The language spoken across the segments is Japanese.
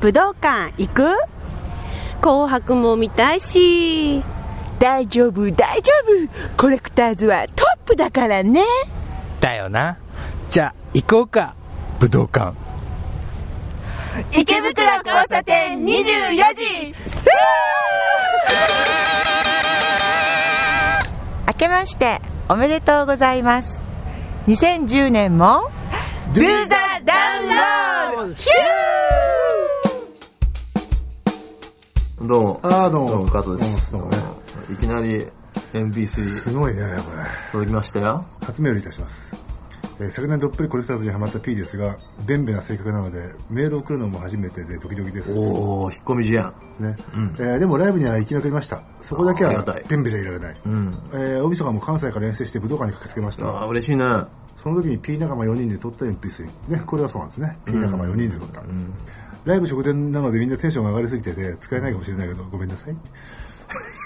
武道館行く紅白も見たいし大丈夫大丈夫コレクターズはトップだからねだよなじゃあ行こうか武道館池袋交差点24時明けましておめでとうございます2010年も Do the download! ヒュどうも。あーどうも加藤です。どうもどうもねいきなり MP3 すごいねこ届きましたよ。れ初メールいたします、えー昨年どっぷりコレクターズにハマった P ですが便利な性格なのでメールを送るのも初めてで時々です、ねおー、引っ込み思案。えーでもライブには行きまくりましたそこだけあーあはりがたい便利じゃいられない、えー大晦日も関西から遠征して武道館に駆けつけましあたー、嬉しいね。その時に P 仲間4人で撮った MP3 ねこれはそうなんですね P 仲間4人で撮った、ライブ直前なのでみんなテンションが上がりすぎてて使えないかもしれないけどごめんなさい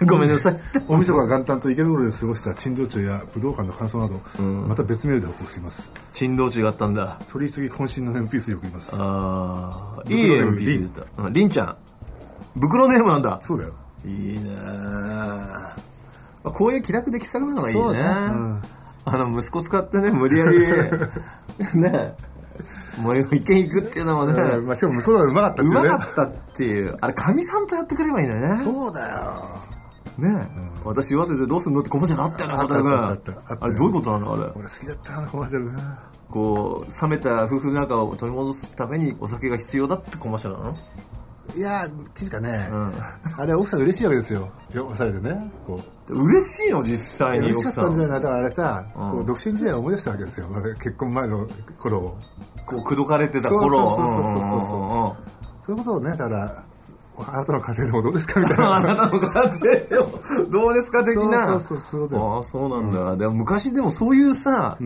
ごめんなさい。大晦日が元旦と池袋で過ごした珍道中や武道館の感想など、また別メールで報告します振動値があったんだ。取り次ぎ渾身の MP3 を送りますあー、いい袋ネーム MP3 だった。うん、りんちゃん。袋ネームなんだ。そうだよ いいねー。まあこういう気楽で気さくなのがいいね。あの、息子使ってね、無理や り、ね、もう一軒行くっていうのもね、うんまあ、しかもそうだうまかったうねまかったっていう。あれ、かみさんとやってくればいいんだよね。そうだよねえ、私言わせてどうすんのってコマじゃなったよな、畑あったあったあ君っ。たあれどういうことなのあれ。俺好きだったなコマーシャルなこう、冷めた夫婦仲を取り戻すためにお酒が必要だってコマーシャルなのいやーっていうかね、あれ奥さん嬉しいわけですよよ押されてねこう嬉しいの実際に嬉し奥かっさたんじゃん。ないだからあれさ、こう独身時代を思い出したわけですよまだ結婚前の頃をこう、口説かれてた頃。そうそうそうそうそうそういうことをねだからあなたの家庭の方どうですかみたい あななたの家庭をどうですか的な。そうそうそうそういうことよああ、そうなんだ。でも昔でもそういうさ、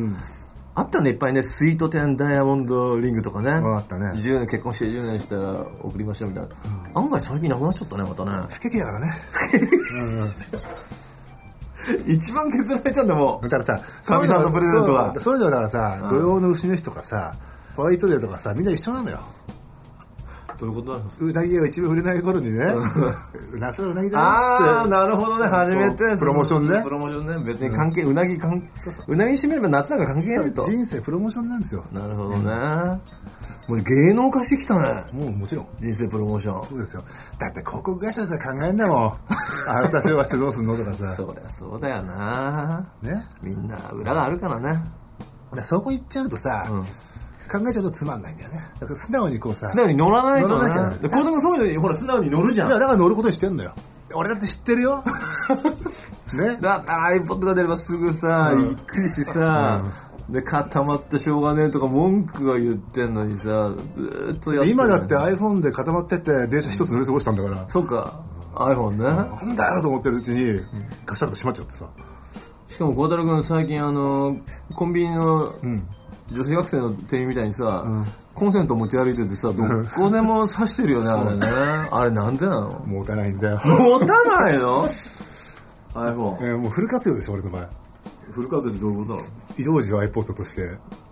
あったね、いっぱいね、スイートテンダイヤモンドリングとかね。あったね10年、結婚して10年したら送りましょうみたいな。案外最近なくなっちゃったね、またね。不景気だからね一番削られちゃうんだもだからさ神さんのプレゼントはそうそういうのだからさ土曜の牛の日とかさホワイトデーとかさみんな一緒なんだようどういうことなのうなぎが一番売れない頃にね 夏はうなぎだあなあっつってなるほどね初めてプロモーションねプロモーションね別に関係うなぎ関うなぎ締めれば夏なんか関係ないと人生プロモーションなんですよなるほどねもう芸能化してきたねもうもちろん人生プロモーションそうですよだって広告会社さ考えんだも んあなた昭和してどうすんのとかさそうだよそうだよなねだかみんな裏があるからねらそこ行っちゃうとさ、考えちゃうとつまんないんだよねだから素直にこうさ素直に乗らないと乗らなきゃダねでメこういうとこそういうのにほら素直に乗るじゃんいやだから乗ることにしてんのよ俺だって知って るよねだって iPod が出ればすぐさ、びっくりしてさ、で固まってしょうがねえとか文句が言ってんのにさずーっとやってる今だって iPhone で固まってって電車一つ乗り過ごしたんだから、そっか iPhone ねなんだよと思ってるうちに、ガシャッと閉まっちゃってさしかも孝太郎君最近あのコンビニの女子学生の店員みたいにさ、コンセント持ち歩いててさどこでも刺してる よねあれねあれなんでなのもうたないんだよ、持たない の iPhone えーもうフル活用でしょ俺の場合フルカードでどういうことなの移動時は iPod として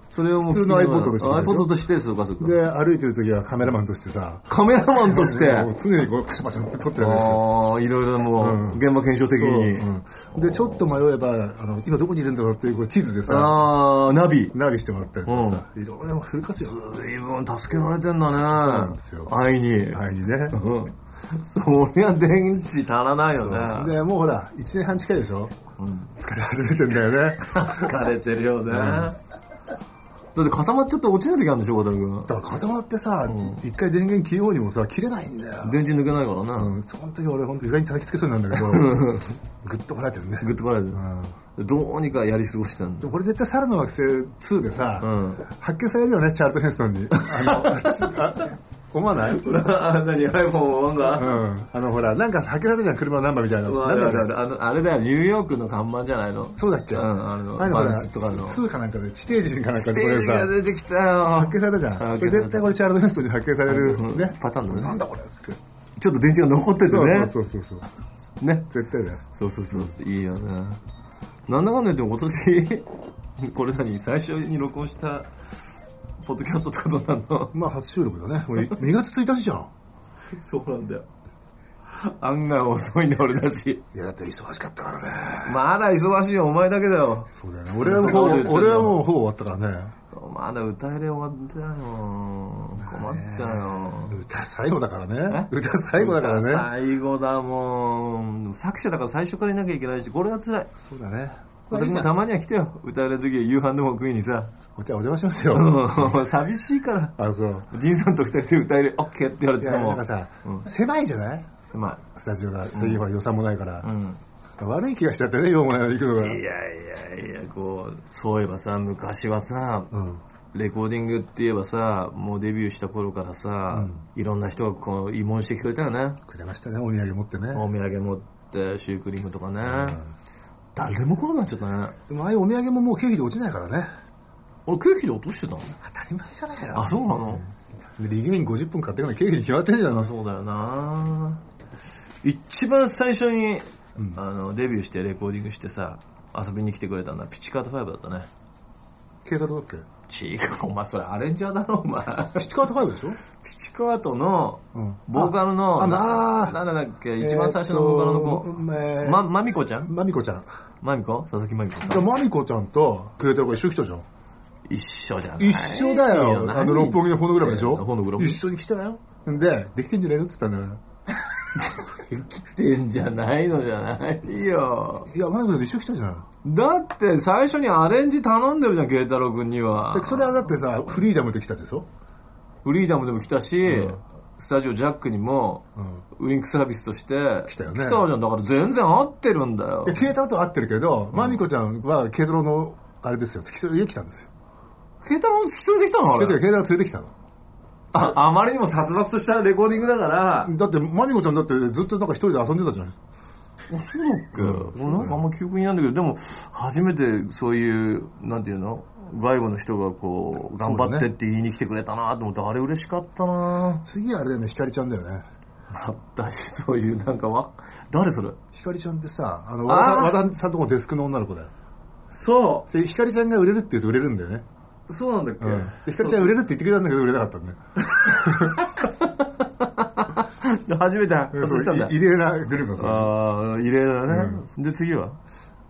それをもう普通の iPod として iPod としてそうかそうかで歩いてる時はカメラマンとしてさカメラマンと してもう常にこうパシャパシャって撮ってるわけですよああいろいろもう、現場検証的に、そう、うん、でちょっと迷えばあの今どこにいるんだろうっていうこう地図でさああナビナビしてもらったりとかさ、いろいろもうフル活用随分助けられてんだねんですよ愛に、前にね、うん そりゃ電池足らないよねでもうほら1年半近いでしょ、疲れ始めてんだよね疲れてるよね、だって固まっちゃって落ちない時あるんでしょ小太郎だから固まってさ一、回電源切る方にもさ切れないんだよ君電池抜けないからな、うん、その時俺本当意外に叩きつけそうになるんだけどぐっとこらえてるねグッとこられてる、どうにかやり過ごしてんだでもこれ絶対猿の惑星2でさ、発見されるよねチャールト・ヘンストンにあのちあ 思わない、うん、何 iPhone が、あのほらなんか発見されるじゃん車のナンバーみたいなうなんだっけあのあれだよニューヨークの看板じゃないのそうだっけ、うんあののほマらルチとかの2かなんかで地底人かなんスかテでこーれジさが出てきたよ発見されたじゃんこれ絶対これチャールト・ヘンストンに発見されるねパターンだねなんだこれつってちょっと電池が残ってるねそうそうそうそうね絶対だよそうそうそうそういいよねなんだかんだ言っても今年 これ何最初に録音したポッドキャストってことなの まあ初収録だねもう2月1日じゃんそうなんだよ案外遅いね俺たちいやだって忙しかったからねまだ忙しいよお前だけだよそうだよね俺はもうほぼそうだよ俺はもうほぼ終わったからねまだ歌えれ終わったよ困っちゃうよ歌最後だからね歌最後だから歌ね最後だもん作者だから最初からいなきゃいけないしこれが辛いそうだねまあい私いじもゃんたまには来てよ歌える時は夕飯でも食いにさこっちはお邪魔しますようん寂しいからあそうじいさんと二人で歌えるオッケーって言われいてやたもなんんかさ狭いじゃない狭スタジオが最近ほら予算もないから悪い気がしちゃってね用もないのに行くのがいいやいやいやこうそういえばさ昔はさ、レコーディングって言えばさもうデビューした頃からさ、いろんな人がこう慰問してきてくれたよねくれましたねお土産持ってねお土産持ってシュークリームとかね、誰も来なくなっちゃったねでもああいうお土産ももう経費で落ちないからね俺ケーキで落としてたの当たり前じゃないのあそうなの、でリゲイン50分買ってかない経費に決まってんじゃんそうだよな一番最初に、あのデビューしてレコーディングしてさ遊びに来てくれたのはピチカート5だったね軽トラだっけ違うお前それアレンジャーだろお前ピチカート5でしょ ピチカートのうんボーカルの、ああなあーなんだっけ一番最初のボーカルのえーと子、まえーままみこちゃんまみこちゃんまみこ佐々木まみこさんまみこちゃんとクレーターが一緒に来たじゃん一緒じゃん一緒だよあの六本木のフォノグラムでしょフォノグラム一緒に来たよでできてんじゃないのって言ったんだよ来てんじゃないのじゃないよいやまみこちゃんと一緒に来たじゃんだって最初にアレンジ頼んでるじゃん慶太郎君にはでそれはだってさフリーダムで来たでしょフリーダムでも来たし、スタジオジャックにも、ウィンクサービスとして来たよね来たじゃんだから全然合ってるんだよいやケイタロウとは合ってるけど、まみこちゃんはケイタロウのあれですよ付き添いで来たんですよ慶太郎も付き添いできたのあ付き添いとれいうかケイタロウ連れてきたのああまりにも殺伐としたレコーディングだからだってまみこちゃんだってずっとなんか一人で遊んでたじゃんそうだっけ、俺なんかあんま記憶にないんだけどでも初めてそういうなんていうの外部の人がこう頑張ってって言いに来てくれたなと思って、あれ嬉しかったな次あれだよねひかりちゃんだよねあったしそういうなんかわ誰それひかりちゃんってさあの和田さんあー和田さんとこのデスクの女の子だよそでひかりちゃんが売れるって言うと売れるんだよね、うそうなんだっけ、うん、でひかりちゃん売れるって言ってくれたんだけど売れなかったんだよで初めて外したんだい異例なグループのさああ異例だね、で次は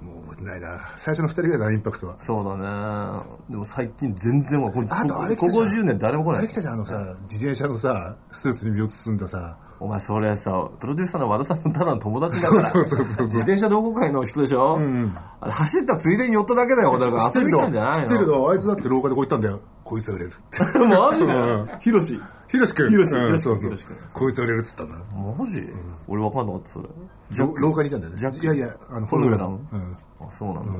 もう覚えてないな最初の二人ぐらいだなインパクトはそうだねでも最近全然わこあとあれ来こたこじゃんこ10年誰も来あなれい来たじゃんあのさ自転車のさスーツに身を包んださお前それさプロデューサーの和田さんのただの友達だから そうそうそうそう自転車同好会の人でしょ、あれ走ったついでに寄っただけだよだから遊びに来たんじゃない知ってるけのどあいつだって廊下でこう言ったんだよこいつは売れるってマジでヒロシひろし君ひろし君うんそうそひろうし君こいつは売れるっつったんだマジ、俺わかんなかったそれ廊廊下にいたんだよジャッねクいやいやあのフォノグラムフォノグあそうなんだ、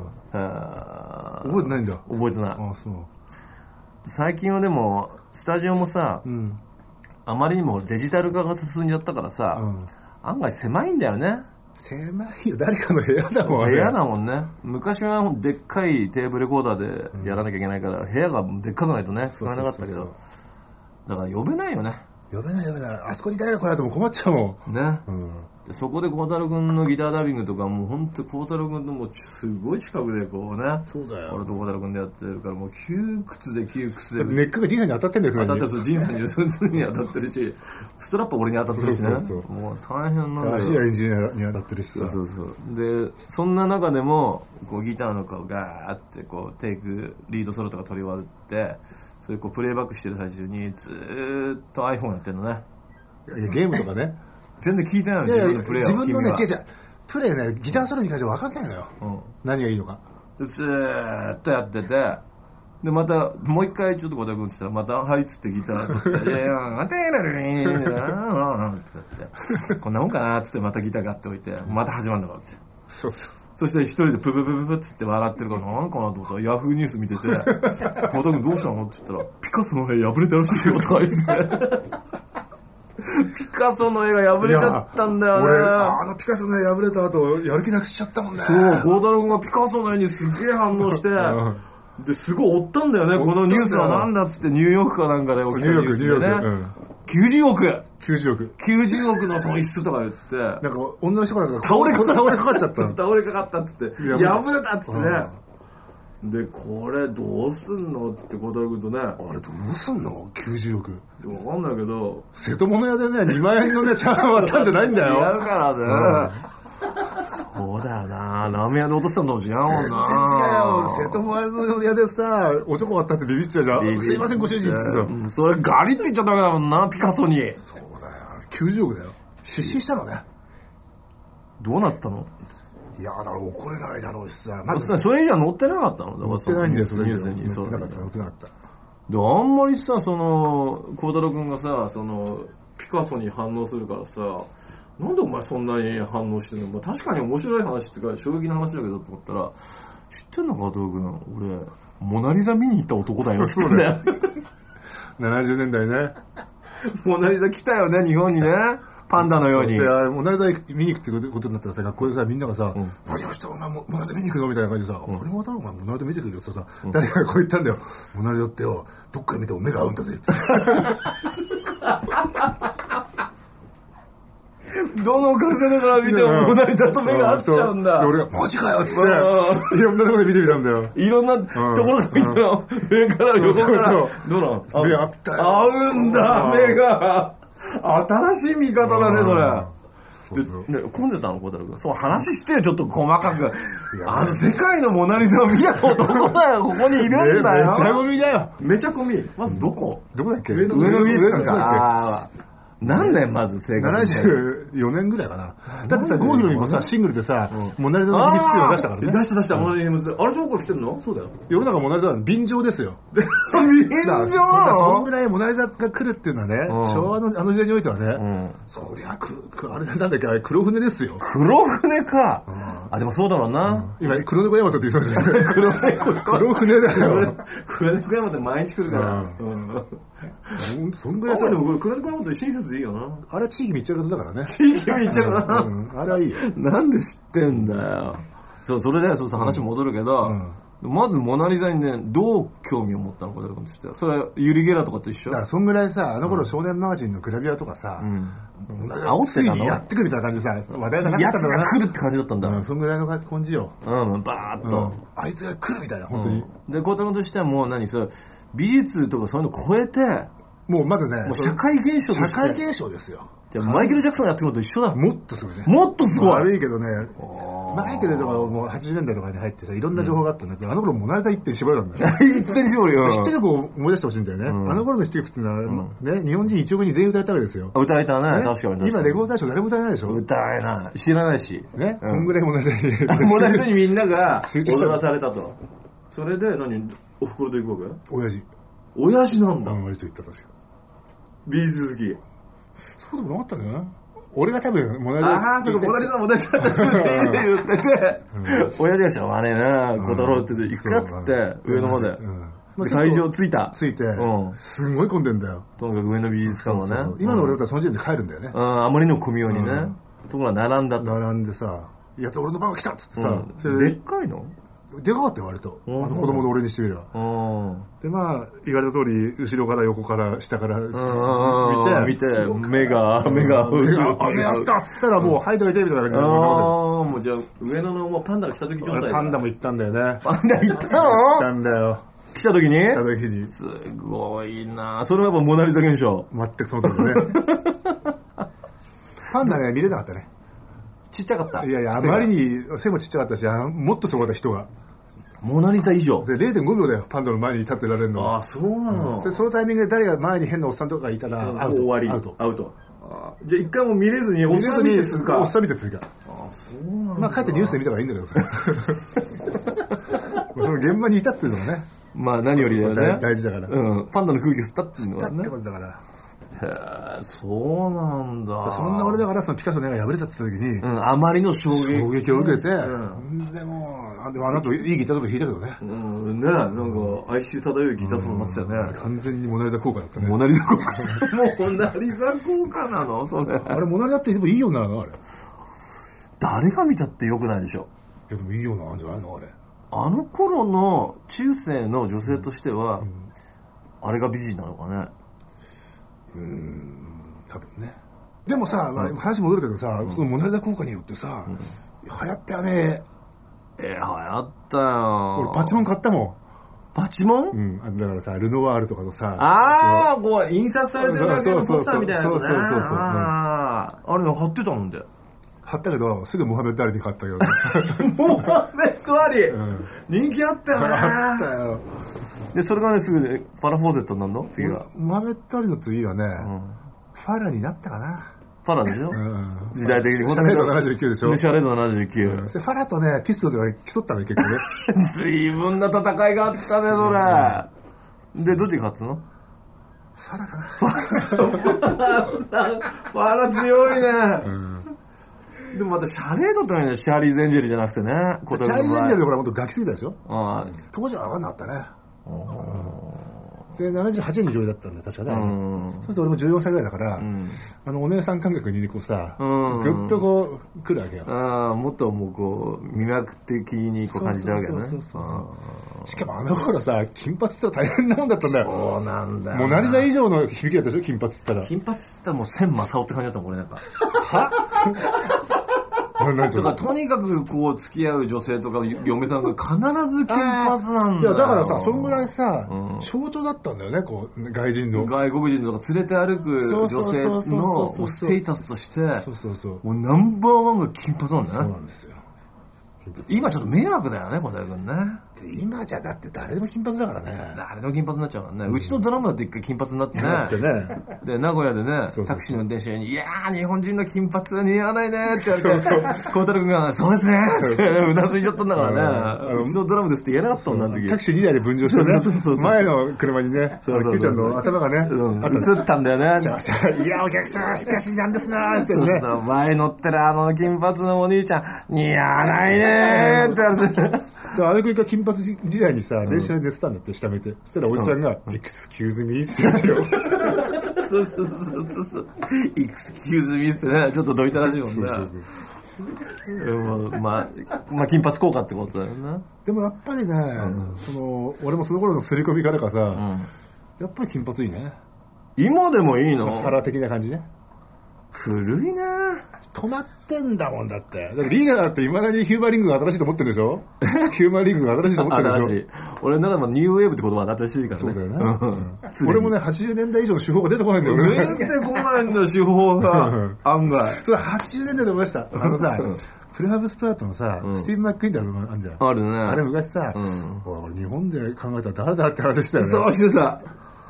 へラムうん覚えてないんだえ覚えてない、あそう最近はでもスタジオもさ、あまりにもデジタル化が進んじゃったからさ、案外狭いんだよね狭いよ誰かの部屋だもんあ部れ屋だもんね昔はでっかいテーブルレコーダーでやらなきゃいけないから、部屋がでっかくないとね使うえなかったけそうそうどだから呼べないよね呼べない呼べないあそこに誰が来ないともう困っちゃうもんね、んでそこで孝太郎君のギターダビングとかもう本当孝太郎君ともうすごい近くでこうねそうだよ俺と孝太郎君でやってるからもう窮屈で窮屈で根っこが人生に当たってんだよ当たってそれるそにう仁さんに普通に当たってるしストラップ俺に当たってるしねそうそうそうもう大変なんだよ足やエンジニアに当たってるしさそうそうでそんな中でもこうギターの顔ガーってこうテイクリードソロとか取り終わってそれこうプレイバックしてる最中にずーっと iPhone やってるのねいやゲームとかね全然聞いてないのいや自分いやのプレイを自分のね違う君違はうプレイねギターソロに関しては分かんないのよ、何がいいのかでずーっとやっててでまたもう一回ちょっと小田君って言ったらまた「はい」っつってギター取 って「いや待てなるにー」とかって「こんなもんかな」っつってまたギター買っておいてまた始まるんだからって。そうそうそうそして一人でプププププっつって笑ってるからなんかなと思ったらヤフーニュース見てて「小田君どうしたの?」って言ったら「ピカソの絵破れてるらしいよ」とか言 ってピカソの絵が破れちゃったんだいや俺よあねのピカソの絵破れた後やる気なくしちゃったもんねそう孝太郎君がピカソの絵にすげえ反応してですごい追ったんだよねこのニュースはなんだっつってニューヨークかなんかで起きたニュースでねニューヨークニューヨー90億90億90億の損失とか言ってなんか女の人がなんか 倒れかかった倒れかかっちゃったの倒れかかったっつっていや破れたっつってねでこれどうすんのっつって孝太郎君とねあれどうすんの ?90 億。分かんないけど瀬戸物屋でね、2万円のね、チャーハン割ったんじゃないんだ違うよ。からね、そうだよなラーメン屋で落としたのとも違うもん全然違うなよ。瀬戸物屋でさ、おちょこ割ったってビビっちゃうじゃん。すいません、ご主人っつってさ。うんそれガリって言っちゃダメだもんなピカソにそうだよ。90億だよ。出資したのね。どうなったのいや、だから怒れないだろうしさ。まず、それ以上載ってなかったの乗乗ってないんだよ、それニ以ュー上スに乗そっうてだなねかった、乗ってなかった。であんまりさその孝太郎君がさそのピカソに反応するからさなんでお前そんなに反応してんの、まあ、確かに面白い話っていうか衝撃な話だけどと思ったら知ってんの孝太郎君俺モナ・リザ見に行った男だよっつってんだよ70年代ね。 モナ・リザ来たよね日本にねパンダのようにで、あれモナリザ行く見に行くってことになったらさ、学校でさ、みんながさ、何をしてお前、モナリザ見に行くのみたいな感じでさ、これも当たるお前、モナリザ見てくるよってさ、誰かがこう言ったんだよ。モナリザってよ、どっから見ても目が合うんだぜ、つって。どの角度から見てもモナ・リザと目が合っちゃうんだで、俺が、マジかよっつっうて、いろんなところで見てみたんだよ。いろんなところで見たの、上から横からそうどうなの目合ったよ合うんだ目が新しい見方だねそれそうそう。でね、混んでたの小太郎君そう話してよちょっと細かくいやあの世界のモナ・リザを見た男だよここにいめるんだよめちゃゴミだよ。めちゃ込みまずどこ、どこだっけ上野美術上館野美術だっけかあー何年まず正解74年ぐらいかな。だってさ、郷ひろみもさ、シングルでさ、モナリザの秘密っていうのを出したからね。出した出したモナ・リザあれそうから来てるのそうだよ。世の中モナリザは便乗ですよ。便乗だなかのらそそんぐらいモナリザが来るっていうのはね、昭和のあの時代においてはね、んそりゃく、くあれなんだっけ、あれ黒船ですよ。黒船か、あでもそうだろうな、今、黒猫ヤマトって言いそうですよね。黒黒船だよ。黒猫山って毎日来るから、うんうん そんぐらいさあで、もこれ黒猫山って親切でいいよなあれは地域密着型だからね。いい君いっちゃうな、うん、あれはいいよ。なんで知ってんだよそうそれでそうそう話戻るけど、まずモナ・リザにねどう興味を持ったのかとかも知ってたそれユリ・ゲラーとかと一緒だからそんぐらいさあの頃少年マガジンのグラビアとかさ、もうなんか煽ってつたいのにやってくるみたいな感じでさ話題になかやったつんだがな来るって感じだったんだ、ううんん、そんぐらいの感じよ、バーッうとん、あいつが来るみたいな本当に、で孝太郎としてはもう何そう美術とかそういうの超えてもうまずねもう社会現象として社会現象ですよじゃあマイケル・ジャクソンがやってくるのと一緒だもっとすごいねもっとすごい悪いけどねマイケルとかもう80年代とかに入ってさいろんな情報があったんだけど、あの頃モナリザ一点絞られたん だよ一点絞りよヒット曲を思い出してほしいんだよね、あの頃のヒット曲っていうのは、ね、日本人1億人全員歌えたわけですよ、歌えたねね確かに確かに今レコード大賞誰も歌えないでしょ歌えない知らないしね、こんぐらいモナリザに 同じ人にみんなが集中し踊たらされたとそれで何おふくろと行くわけ親父親父なんあだんまりと言った確か美術好きそうでもなかったんだよな俺が多分モナリザああそうかモナリザモナリザって言ってて親父がしょうがねえな小太郎って行くかっつってうん上の方でうんまであ結構会場着いたついて、うんすんごい混んでんだよ、とにかく上の美術館そうはそうね今の俺だったらその時点で帰るんだよね、うんあまりの混みようにねところが並んだと並んでさやっと俺の番が来たっつってさ、うんそれででっかいのでかかったよ割とあうんの子供の俺にしてみればうんでまあ言われた通り後ろから横から下から見てうん見て目が目が合う目があ目合ったっつったらもう「はいどいて」みたいな感じであ俺あもうじゃあ上野のもうパンダが来た時状態だパンダも行ったんだよねパンダ行った行っのたんだよ来た時に行った時にすごいなそれはやっぱモナリザ現象全くその通りだね パンダね見れなかったねちっちゃかったいやいやあまりに背もちっちゃかったしあもっとすごかった人がモナリザ以上で0.5秒だよパンダの前に立ってられるのはそうなのでそのタイミングで誰が前に変なおっさんとかがいたらアウト終わりアウトアウトあーじゃあ一回も見れずにおっ見れさずん見てに通お過っさん見て通過まあ帰ってニュースで見た方がいいんだけどさもうその現場にいたっていうのもねまあ何よりだよね大大事だからうんパンダの空気吸ったっていうのだはっねてことだからへーそうなんだそんな俺だからそのピカソの絵が破れたって言った時にうんあまりの衝撃衝撃を受けて、でもうあでもあの後いいギターとか弾いたけどね、うんねなんか哀愁漂うギターソロになってたよね完全にモナリザ効果だったねモナリザ効果 モナリザ効果なのそれあれモナリザってでもいいようなのあれい誰が見たってよくないでしょやでもいいようなあんじゃないのあれあの頃の中世の女性としては、あれが美人なのかね多分ねでもさ、まあ、話戻るけどさ、そのモナリザ効果によってさ、流行ったよねえー、流行ったよ俺パチモン買ったもパチモン、ん、うん、あのだからさルノワールとかのさああこう印刷されてるだけのそうそうポそうスターみたいなやつねそうそうそうそうあーあれ貼ってたもんで貼ったけどすぐモハメド・アリに買ったけ どモハメットアリ、人気あったよ あっねたよでそれがねすぐねファラフォーゼットになるの次がモハメド・アリの次はね、ファラになったかなファラでしょ、ん時代的にシャレード79でしょシャレード79、それファラとねピストルズが競ったね結構 ね随分な戦いがあったねそれでどっちが勝つのファラかなファラ強いね、でもまたシャレードってのはねシャーリー・ゼンジェルじゃなくてねチャーリー・ゼンジェルルのほらもっとガキすぎたでしょああ当時は分かんなかったねで78年に上位だったんだよ確かね、そうすると俺も14歳ぐらいだから、あのお姉さん感覚にこうさ、ぐっとこう来るわけよ、ああもっともうこう魅惑的にこう感じたわけだねそうそうそうそうしかもあの頃さ金髪って大変なもんだったんだよそうなんだよなモナ・リザ以上の響きだったでしょ金髪って言ったら金髪っつったらもう千正雄って感じだったもん俺 なんかな何そだれからとにかくこう付き合う女性とか嫁さんが必ず金髪なんいだやよだからさそんぐらいさ、象徴だったんだよねこう外人の外国人とか連れて歩くそう女そう性そうのそうもそうそううステータスとしてそうそうそうもうナンバーワンが金髪なんだそうねなんですよ今ちょっと迷惑だよね小田井君ね今じゃだって誰でも金髪だからね誰の金髪になっちゃうからね、うちのドラマだって一回金髪になってねだってねで名古屋でねそうそうタクシーの運転手に「いやー日本人の金髪は似合わないね」って言われてそうそう孝太郎君が「そうですね」ってうなずいちゃったんだからねうんうちのドラマですって言えなかったもんなあの時タクシー2台で分乗してねそうそうそうそう前の車にねあうそのうそう Q ちゃんの頭がね、うんあったんです映ったんだよねよ いやお客さんしかしなんですなーってそうねそう前乗ってるあの金髪のお兄ちゃん似合わないねーって言われてであれく一回金髪時代にさ電車で寝てたんだって下見てそしたらおじさんが「エクスキューズミー」って言ってたよそうそうそうそうそうエクスキューズミーってねちょっとどいたらしいもんねそうそうそううんまあ、まあ、金髪効果ってことだよねでもやっぱりね、その俺もその頃の刷り込みからかさ、やっぱり金髪いいね今でもいいの腹的な感じね古いな止まってんだもんだってだってリーダーだっていまだにヒューマンリングが新しいと思ってるんでし ょヒューマンリングが新しいと思ってるでしょ新しい俺の中でもニューウェーブって言葉は新しいからそねうだよね、 常に俺もね80年代以上の手法が出てこないんだよ俺全然こないんだ手法が案外 それ80年代で思いましたあのさプレハブスプラウトのさ、スティーブ・マック・イーンってアルバムあるじゃんあるねあれ昔さ、おい俺日本で考えたら誰だって話したよねそうしてた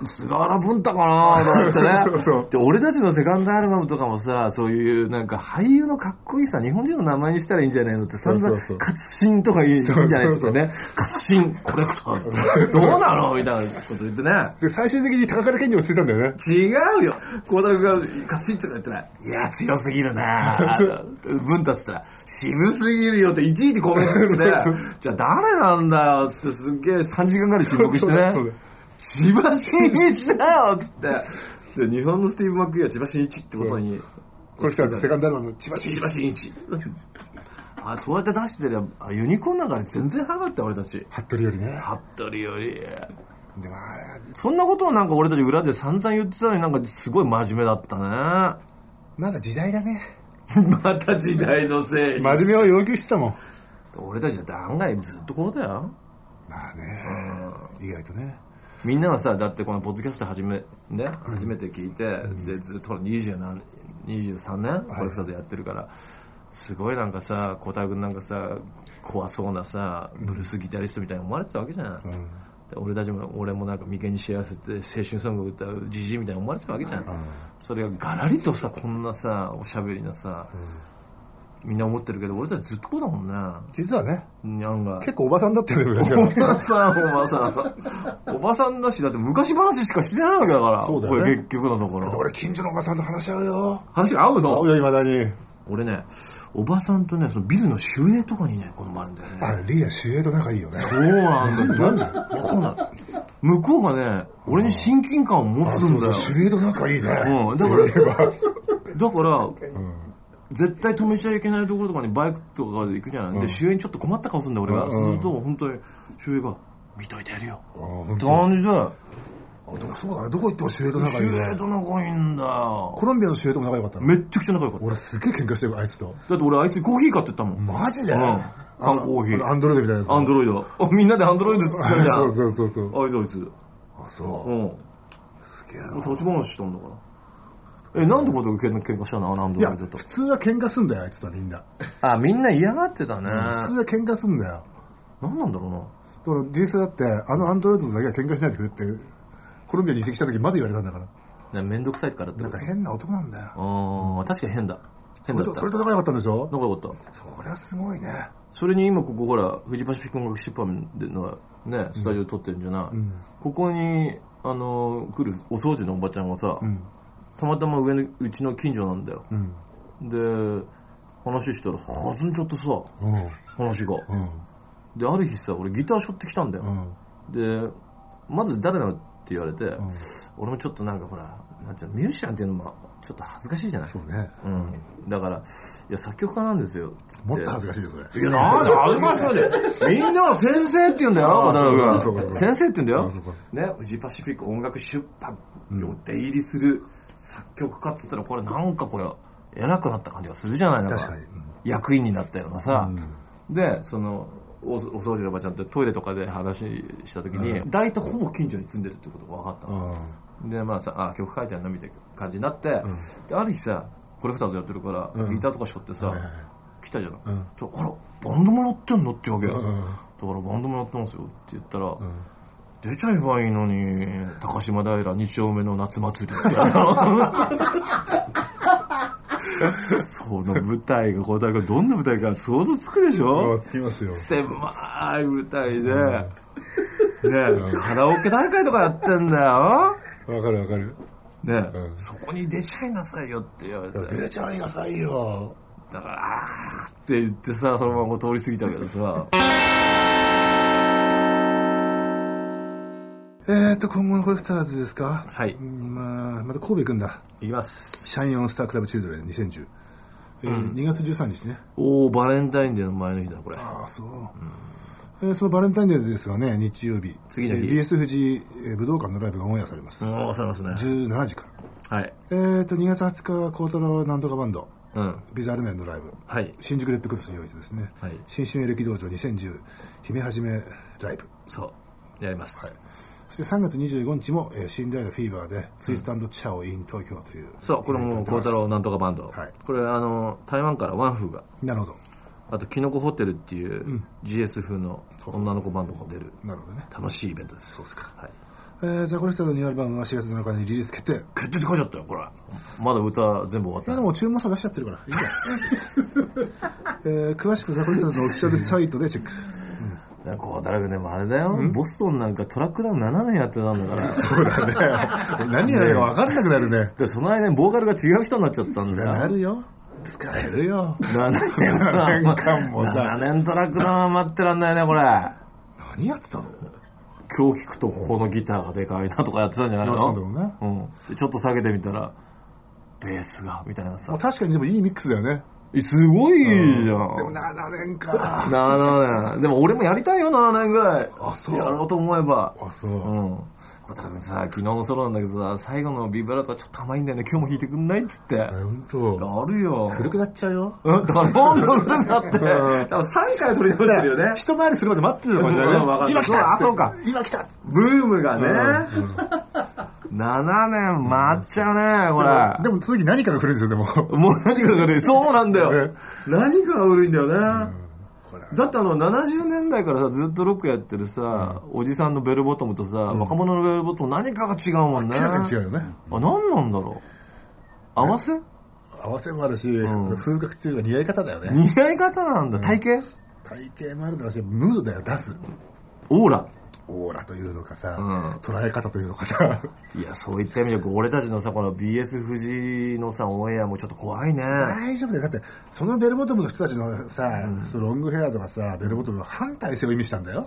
菅原文太かなと思ってね そうそうで俺たちのセカンドアルバムとかもさそういうなんか俳優のかっこいいさ日本人の名前にしたらいいんじゃないのって散そ々うそうそう活心とかいいんじゃないとそうそうそうかね活心コレクターズ とかどうなのみたいなこと言ってねで最終的に高倉健に落ち着いたんだよね違うよ孝太郎君がカチンとか言ったら「いや強すぎるなぁ」文太っつったら「渋すぎるよ」っていちいちコメントしてそうそう「じゃあ誰なんだよ」っつってすっげえ3時間ぐらい沈黙してねそうそうそう「千葉真一だよ」っつってつって日本のスティーブ・マックイーンは千葉真一ってことにこの人はセカンドアルバムの千葉千真一葉真一あそうやって出してりゃあユニコーンなんかに全然早かったよ俺たち服部よりね服部よりでもあれそんなことをなんか俺たち裏で散々言ってたのになんかすごい真面目だったねまだ時代がね また時代のせいに真面目を要求してたもん俺たちだって案外ずっとこうだよまあね意外とねみんなはさだってこのポッドキャスト始めね初めて聞いて、でずっとほら20何23年ポッドキャストやってるから、すごいなんかさ小田君なんかさ怖そうなさブルースギタリストみたいに思われてたわけじゃん、で俺たちも俺もなんか眉間に幸せって青春ソングを歌うじじいみたいに思われてたわけじゃん、それがガラリとさこんなさおしゃべりなさ、みんな思ってるけど俺たちずっとこうだもんね実はねにゃんが結構おばさんだったよね昔はおばさん、おばさん。おばさんだし、だって昔話しかしてないわけだから。そうだよねこれ結局のところ。 俺近所のおばさんと話し合うよ話が合う合のうよいまだに俺ね、おばさんとね、そのビルの守衛とかにね、この前あるんだよね。あリーダー主演と仲いいよねそうなんだよ。なんだわかんない。向こうがね、俺に親近感を持つんだよ。主演と仲いいねうん、だから、 だから、絶対止めちゃいけないところとかにバイクとかで行くじゃない、で主演にちょっと困った顔するんだ俺が、そうすると本当に主演が「見といてやるよ」本って感じであでもそうだねどこ行っても主演と仲主いい演ねと仲いいんだよコロンビアの主演とも仲良かったのめっちゃくちゃ仲良かった俺すっげえ喧嘩してるあいつとだって俺あいつにコーヒー買ってったもんマジで、うんあ缶コーヒあのアーンドロイドみたいなやつアンドロイドおみんなでアンドロイドっつってんじゃん そうそうそうそうあいつあいつあそう、うんすげえもなう立ち話したんだからえなんてことでけん喧嘩したのアンドいやロイドと普通は喧嘩すんだよあいつとはみんなあみんな嫌がってたね普通は喧嘩すんだよ何なんだろうなだからディレクターだってあのアンドロイドとだけは喧嘩しないでくれってコロンビアに移籍した時まず言われたんだからねめんどくさいからってなんか変な男なんだよああ確かに変だそ変だれったとそれと仲良かったんでしょ仲良かったそりゃすごいねそれに今ここほらフジパシフィック音楽出版でのねスタジオ撮ってるんじゃない、ここにあの来るお掃除のおばちゃんがさ、たまたま上のうちの近所なんだよ、で話したら弾んじゃってさ、話が、である日さ俺ギター背負ってきたんだよ、でまず誰なのって言われて、俺もちょっとなんかほらなんていうのミュージシャンっていうのもちょっと恥ずかしいじゃないそうねうん、だから「いや作曲家なんですよ」つってもっと恥ずかしいよそれいや、なんで恥ずかしくないで。みんなは先生って言うんだよ、ああ渡辺そうかそう君。か先生って言うんあだそうかよ。ね、フジパシフィック音楽出版を出入りする作曲家っつったら、これなんかこれ、偉くなった感じがするじゃないの確かにうん役員になったようなさ。で、その、おお掃除のおばちゃんとトイレとかで話した時に、大体ほぼ近所に住んでるってことが分かったの。でまあさあ曲書いてあるなみたいな感じになって、である日さコレクターズやってるから、ギターとかしょってさ、来たじゃない、とあらバンドもやってんのってわけ、だからバンドもやってますよって言ったら、出ちゃえばいいのに高島平二丁目の夏祭り ってその舞台が小田君どんな舞台か想像つくでしょ、 あつきますよ狭い舞台で、ねカラオケ大会とかやってんだよわかるわかるね、そこに出ちゃいなさいよって言われて出ちゃいなさいよだからあーって言ってさそのままこう通り過ぎたけどさえーっと今後のコレクターズですかはいうんまあまた神戸行くんだいきますシャインオンスタークラブチルドレン2010、えー2月13日ねおおバレンタインデーの前の日だこれああそう、えーそのバレンタインデーですがね日曜日次の日えー BS 富士、えー武道館のライブがオンエアされます、おおされますね17時からはいえー、と2月20日孝太郎なんとかバンド、うんビザールメンのライブ、はい新宿レッドクロスにおいてですね、はい新春エレキ道場2010姫はじめライブそうやります、そして3月25日も、えー、新大学フィーバーで、ツイスタンドチャオイン東京というそうこれも孝太郎ななんとかバンド、はいこれあの台湾からワンフーがなるほどあとキノコホテルっていう GS 風の女の子バンドも出るなるほどね、楽しいイベントですそうですか、はい、えー、ザコレクターのニューアルバムは4月7日にリリース決定い決定って書いちゃったよこれまだ歌全部終わってやなでいも注文さ出しちゃってるからいいんだよ えー詳しくザコレクターズのオフィシャルサイトでチェックいやこうだらけでもあれだよボストンなんかトラックダウン7年やってたんだから そうだね何やるか分かんなくなるねでその間にボーカルが違う人になっちゃったんだよなるよ疲れるよ7年 7年間もさ7年トラックダウン待ってらんないねこれ何やってたの今日聞くとここのギターがでかいなとかやってたんじゃないのやってたんだろうんでちょっと下げてみたらベースがみたいなさ確かにでもいいミックスだよねえすごいじゃんでも7年か7年でも俺もやりたいよ7年ぐらいあそうやろうと思えばあそう、うん小田君さ昨日のソロなんだけどさ最後のビブラートがちょっと甘いんだよね今日も弾いてくんないっつってやえ本当。るよ古くなっちゃうようんだからどんどん古くなって多分3回取り直してるよね一回りするまで待ってるのかもしれうんわなかるいね今来たあそうか今来たでブームがね7年待っちゃうねこれもその時何かが古いんですよでももう何かがねそうなんだよ何かが古いんだよねだってあの70年代からさずっとロックやってるさ、おじさんのベルボトムとさ、若者のベルボトム何かが違うもんね明らか に違うよねあ何なんだろう合わせ合わせもあるし、風格っていうか似合い方だよね似合い方なんだ体型体型もあるだろうしムードだよ出すオーラオーラというのかさ、捉え方というのかさいやそういった意味で俺たちのさこの BS 富士のさオンエアもちょっと怖いね 大丈夫だよだってそのベルボトムの人たちのさ、そのロングヘアとかさベルボトムは反体制を意味したんだよ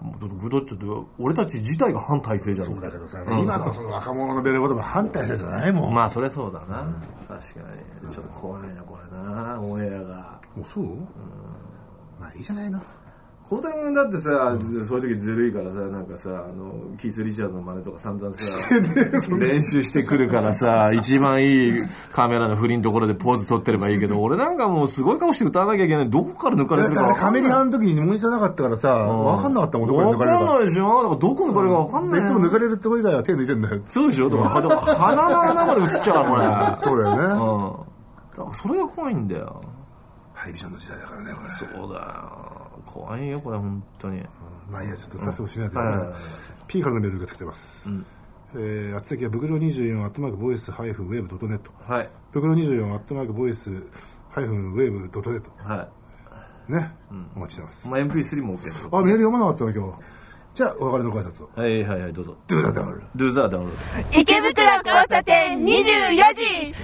もうだってだって俺たち自体が反体制じゃんそうだけどさ、今のその若者のベルボトムは反対性じゃないもん、まあそりゃそうだな、確かにちょっと怖いなこれなオンエアがおそう、まあいいじゃないの孝太郎君だってさ、そういう時ずるいからさなんかさあのキース・リチャードの真似とか散々さ練習してくるからさ一番いいカメラの振りのところでポーズ取ってればいいけど、俺なんかもうすごい顔して歌わなきゃいけない。どこから抜かれだてるかか分らかカんなメい。リハの時にモニターなかったからさ、わかんなかったもん、どこに分抜かれるかんか。ないでしょだからどこ抜かれるか分かんないいな。つも抜かれるとこ以外は手抜いてんだよ。そうでしょだからだから鼻の穴まで映っちゃうから、これ。 そうだよね。うん。だからそれが怖いんだよ。ハイビジョンの時代だからね、これ。そうだよ。怖いよ、これ、本当に。まあいいや、ちょっと早速締めなきはいゃはいはいね。ピンからのメールが来てます。えー、厚先はブクロ24、アットマークボイス、ハイフン、ウェーブ、ドットネット。はい。ブクロ24、アットマークボイス、ハイフン、ウェーブ、ドットネット。はい。ね。お待ちしてます。まあ、MP3 も OK ですあ、メール読まなかったな、今日。じゃあ、お別れのご挨拶を。はいはいはい、どうぞ。 Do that, darling. Do the download. 池袋交差点24時